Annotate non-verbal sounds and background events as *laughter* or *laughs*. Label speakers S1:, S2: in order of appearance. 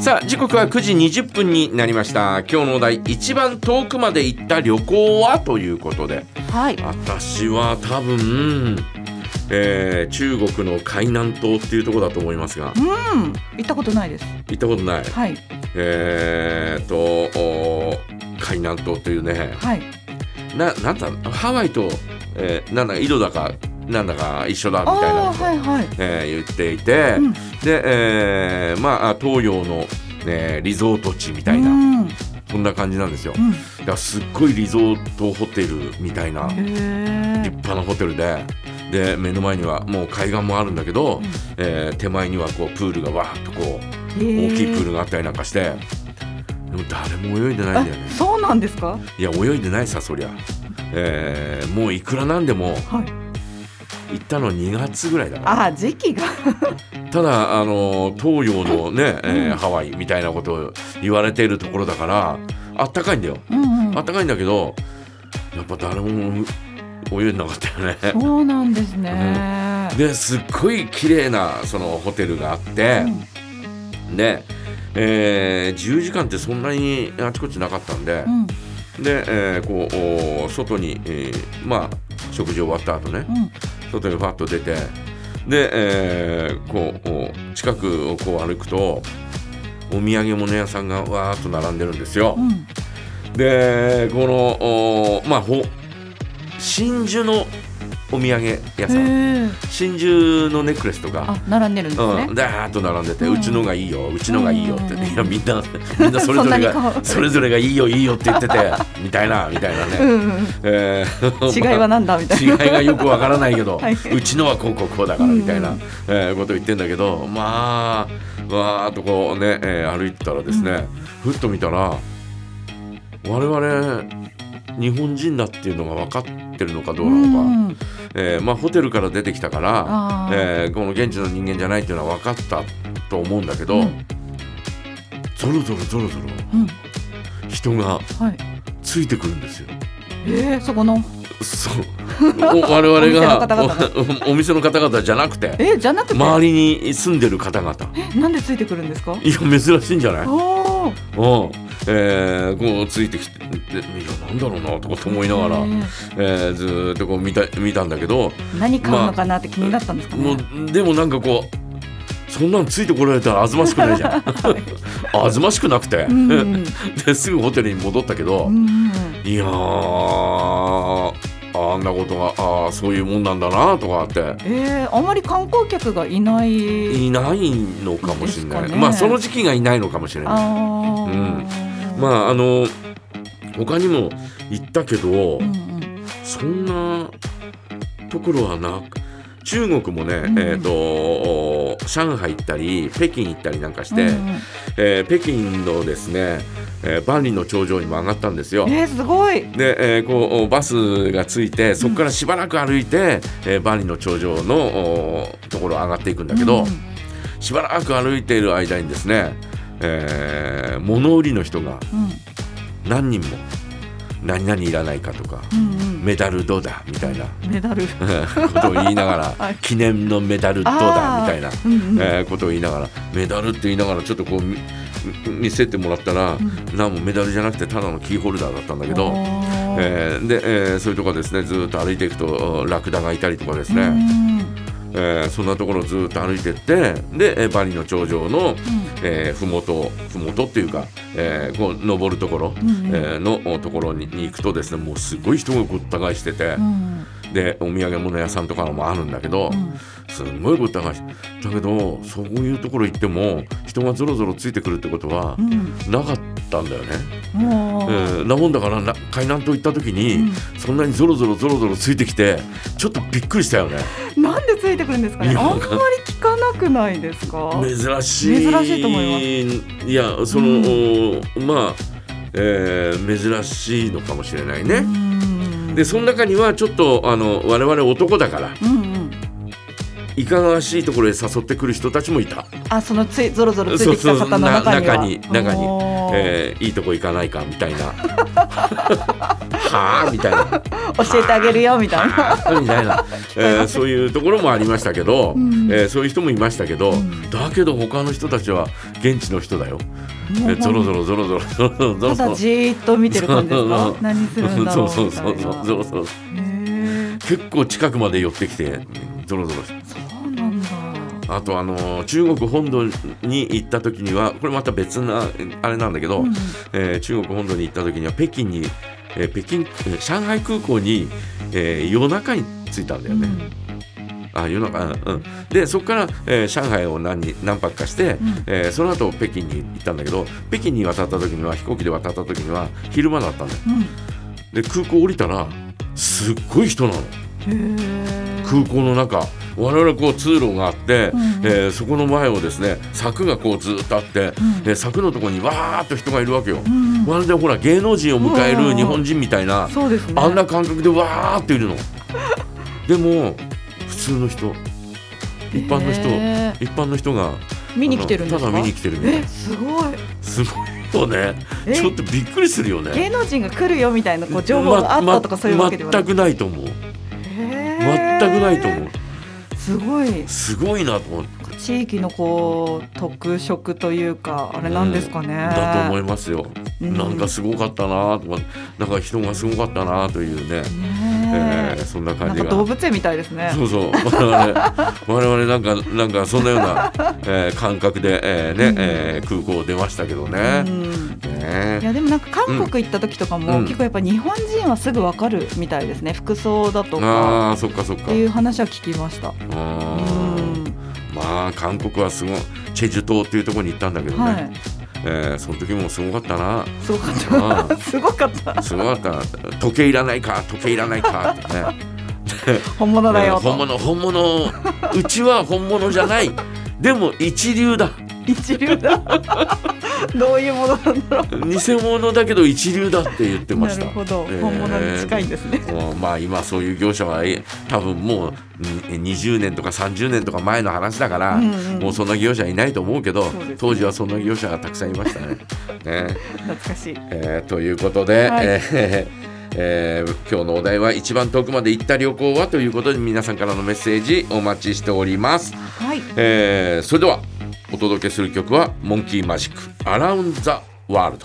S1: さあ時刻は9時20分になりました今日のお題一番遠くまで行った旅行はということで
S2: はい。
S1: 私は多分、えー中国の海南島っていうところだと思いますが
S2: うん。行ったことないです。
S1: 行ったことない
S2: はい。
S1: えーっとおー海南島というね
S2: はい。
S1: ななんだハワイと、えーなんだか井戸だかなんだか一緒だみ
S2: あ
S1: たいな
S2: あー、はいはい。
S1: えー言っていて、
S2: うん
S1: で、えーまあ、東洋の、えーリゾート地みたいな、
S2: うん。うん。
S1: そんな感じなんですよ。だからすっごいリゾートホテルみたいな立
S2: へえ。
S1: 派なホテルで。で目の前にはもう海岸もあるんだけど、
S2: うん
S1: えー手前にはこうプールがわーっとこう
S2: へー
S1: 大きいプールがあったりなんかしてでも誰も泳いでないんだよね
S2: あそうなんですか。
S1: いや泳いでないさそりゃ、えーもういくらなんでも
S2: はい。
S1: 行ったの2月ぐらいだから
S2: ああ、時期が。
S1: ただあの東洋のね、えー
S2: うん
S1: ハワイみたいなことを言われているところだからあったかいんだよ
S2: うんうん
S1: あっ。たかいんだけどやっぱ誰も泳いでなかったよね
S2: そうなんですね。
S1: ですっごい綺麗なそのホテルがあって
S2: うん、
S1: で、えー10時間ってそんなにあちこちなかったんで、
S2: うん。
S1: で、えーこうお外に、えーまあ食事終わった後ね
S2: うん。
S1: 外にファッと出てで、えーこうこう近くをこう歩くとお土産物屋さんがわーっと並んでるんですよ
S2: う。ん。
S1: でこのおまあほ真珠のお土産屋さん
S2: へえ。
S1: 真珠のネックレスと
S2: あ
S1: か。、
S2: 並んでるんです
S1: う
S2: ね
S1: ん、。だーっと並んでて、
S2: う
S1: うんちのがいいようちのがいいよって、
S2: うんうんうん
S1: いやみんなみん
S2: *laughs*
S1: なそれぞれ
S2: そんなに
S1: が
S2: 顔
S1: それぞれがいいよいいよって言っててみたいなみたいな
S2: う
S1: ね、
S2: んうん。
S1: え
S2: 違い
S1: ーまあ
S2: はなんだみたい
S1: *laughs* 違い
S2: な。
S1: がよくわからないけど、
S2: *laughs* はいう
S1: ちのはこうこうこうだからみたいな、
S2: うん
S1: えーことを言ってんだけどまあわーっとこうね、えー歩いてたらですね、ふっと見たら我々日本人だっていうのが分かってるのかどうなのか、
S2: うん。
S1: えーまあ、ホテルから出てきたから、
S2: ああ。
S1: えーこの現地の人間じゃないっていうのは分かったと思うんだけど、
S2: うん
S1: ゾロゾロゾロゾロ
S2: うん。
S1: 人が
S2: はい。
S1: ついてくるんですよ。
S2: ええ、そこの。
S1: そう
S2: *laughs*
S1: お我々
S2: お店の
S1: が
S2: 方
S1: おお店の方々じゃなくて
S2: えー、じゃなくて。
S1: 周りに住んでる方々
S2: え、なんでついてくるんですか。
S1: いや珍しいんじゃないうん
S2: おお。
S1: えーこうついてきてでいやなんだろうなとかと思いながら、
S2: へえ
S1: えーずーっとこう見た見たんだけど
S2: 何買うのかなって気になったんですか
S1: も
S2: ね。
S1: うでもなんかこうそんなんついてこられたらあずましくないじゃ
S2: *laughs*
S1: んあずましくなくて、
S2: うんうん
S1: *laughs* ですぐホテルに戻ったけど、
S2: うんうん
S1: いやーあんなことがあーそういうもんなんだなとかって
S2: えー、あんまり観光客がいない。
S1: いないのかもしれな
S2: で
S1: い、
S2: すかね
S1: まあその時期がいないのかもしれない
S2: ああ。
S1: まああの他にも行ったけど、
S2: うんうん
S1: そんなところはなく中国もね、
S2: ん
S1: えっ、と上海行ったり北京行ったりなんかして、
S2: うんうん
S1: えー北京のですね、えー万里の長城にも上がったんですよ。
S2: えー、すごい。
S1: で、えーこうバスがついてそこからしばらく歩いて、えー万里の長城のおところを上がっていくんだけど、
S2: うん
S1: しばらく歩いている間にですね、えー物売りの人が
S2: うん
S1: 何人も何々いらないかとか
S2: うんうん
S1: メダルどうだみ
S2: *laughs*
S1: たいな *laughs*
S2: メダル。
S1: ことを言いなが
S2: は
S1: ら
S2: い
S1: 記念のメダルどうだ
S2: あー
S1: みたいな、
S2: うんうん
S1: えーことを言いながらメダルって言いながらちょっとこうみみ見せてもらったら、
S2: ん
S1: なんもメダルじゃなくてただのキーホルダーだったんだけど。
S2: おー
S1: えーで、えーそういうとこですねずーっと歩いていくとラクダがいたりとかですね、
S2: うん
S1: えーそんなところをずーっと歩いてってでえーバリの頂上の、えー、ふもとふもとっていうか、えーこう登るところ、
S2: うんうん
S1: えーのおところにに行くとですねもうすごい人がごった返してて
S2: う、ん
S1: でお土産物屋さんとかもあるんだけど、
S2: うん
S1: すんごいごった返してだけどそういうところ行っても人がぞろぞろついてくるってことは
S2: うん
S1: なかったんだよね。
S2: うんもう
S1: えーなもんだからな海南島行った時に、そんなにゾロゾロゾロゾロついてきてちょっとびっくりしたよね
S2: なんでついてくるんですかね。
S1: い
S2: あん
S1: や
S2: まり聞かなくないですか。
S1: 珍しい
S2: 珍しいと思
S1: いますいやその、おまあ、えー珍しいのかもしれないね、
S2: うん
S1: でその中にはちょっとあの我々男だから
S2: うんうん
S1: いかがわしいところへ誘ってくる人たちもいた、
S2: あそのついぞろぞろついてきた方の中には
S1: そうそうな中に中に
S2: おー
S1: えーいいとこ行かないかみたい
S2: *laughs*
S1: なはあみたいな
S2: 教えてあげるよみたいな。
S1: みたいな、えーそういうところもありましたけど、
S2: うん
S1: えーそういう人もいましたけど、
S2: ん
S1: だけど他の人たちは現地の人だよ、えーゾロゾロゾロゾロゾロゾロゾロ
S2: ただじーっと見てる感じです
S1: そう *laughs*
S2: か
S1: そう
S2: 何するんだろ
S1: そううそう
S2: みた
S1: そ
S2: い
S1: そう
S2: うな
S1: ゾロゾロ
S2: へえ
S1: 結構近くまで寄ってきてゾロゾロ
S2: そうなんだ
S1: あとあのー中国本土に行った時にはこれまた別なあれなんだけど、
S2: うん
S1: えー中国本土に行った時には北京に、えー北京えー上海空港に、えー夜中に着いたんだよね。あ夜中うんうん、でそこから、えー上海を何に何泊かして、
S2: ん
S1: えーその後北京に行ったんだけど北京に渡った時には飛行機で渡った時には昼間だったんだよで空港降りたらすっごい人なの
S2: うんへえ
S1: 空港の中我々こう通路があって、
S2: うんうん
S1: えーそこの前をですね柵がこうずっとあって、
S2: うん
S1: えー柵のところにわーっと人がいるわけよ、
S2: うん
S1: まるでほら芸能人を迎え
S2: う
S1: る
S2: ん
S1: 日本人みたいな、
S2: そうですね
S1: あんな感覚でわーっているのでも普通の人一般の人、
S2: へ
S1: 一般の人が
S2: え見に来てるんです
S1: あ
S2: か
S1: のただ見に来てるみたい
S2: えすごい
S1: すごいよね
S2: え
S1: ちょっとびっくりするよね
S2: 芸能人が来るよみたいなこう情報があったとかそういうわけではな
S1: 全
S2: い
S1: くないと思う
S2: 全
S1: 全くないと思う
S2: すごい
S1: すごいなと思って
S2: 地域のこう特色というかあれなんですかね、
S1: だと思いますよ、
S2: うん
S1: なんかすごかったなとかなんか人がすごかったなというね、え
S2: ね
S1: ーそんな
S2: えな
S1: 感
S2: ん
S1: じ
S2: か
S1: が
S2: 動物園みたいですね
S1: そうそう *laughs* 我々我々なんかなんかそんなような、えー感覚で、えーね
S2: うん
S1: えー空港を出ましたけどね。
S2: うん
S1: ね
S2: いやでもなんか韓国行った時とかも、
S1: うん
S2: 結構やっぱ日本人はすぐわかるみたいですね服装だとか
S1: ああそっかそっ
S2: っ
S1: か
S2: ていう話は聞きました。
S1: う
S2: う
S1: ーん
S2: ん
S1: まあ韓国はすごいチェジュ島っていうところに行ったんだけどね、
S2: はい、
S1: えーその時もすごかったな
S2: すごかっ
S1: あ
S2: た。 *laughs* すごかった。
S1: すごかったな *laughs* 時計いらないか時計いらないかってね
S2: 本物だ
S1: ね
S2: よと。
S1: 本物本物うちは本物じゃないでも一流だ
S2: 一流だ。 *laughs* どういうものなんだろ
S1: 偽物だけど一流だって言って
S2: う。
S1: ま
S2: な
S1: し
S2: る
S1: た
S2: ほど、
S1: えー
S2: 本物に近いんですね。
S1: もうまあ今そういう業者はえ多分もうに20年とか30年とか前の話だから、
S2: うんうん
S1: もうそんな業者いないと思うけど
S2: そうですね
S1: 当時はそんな業者がたくさんいましたね。ね
S2: 懐かしい。
S1: えーということで、
S2: はい
S1: えーえー今日のお題は一番遠くまで行った旅行はということで皆さんからのメッセージお待ちしております、
S2: はい。
S1: えーそれではお届けする曲はモンキーマジック「アラウンド・ザ・ワールド」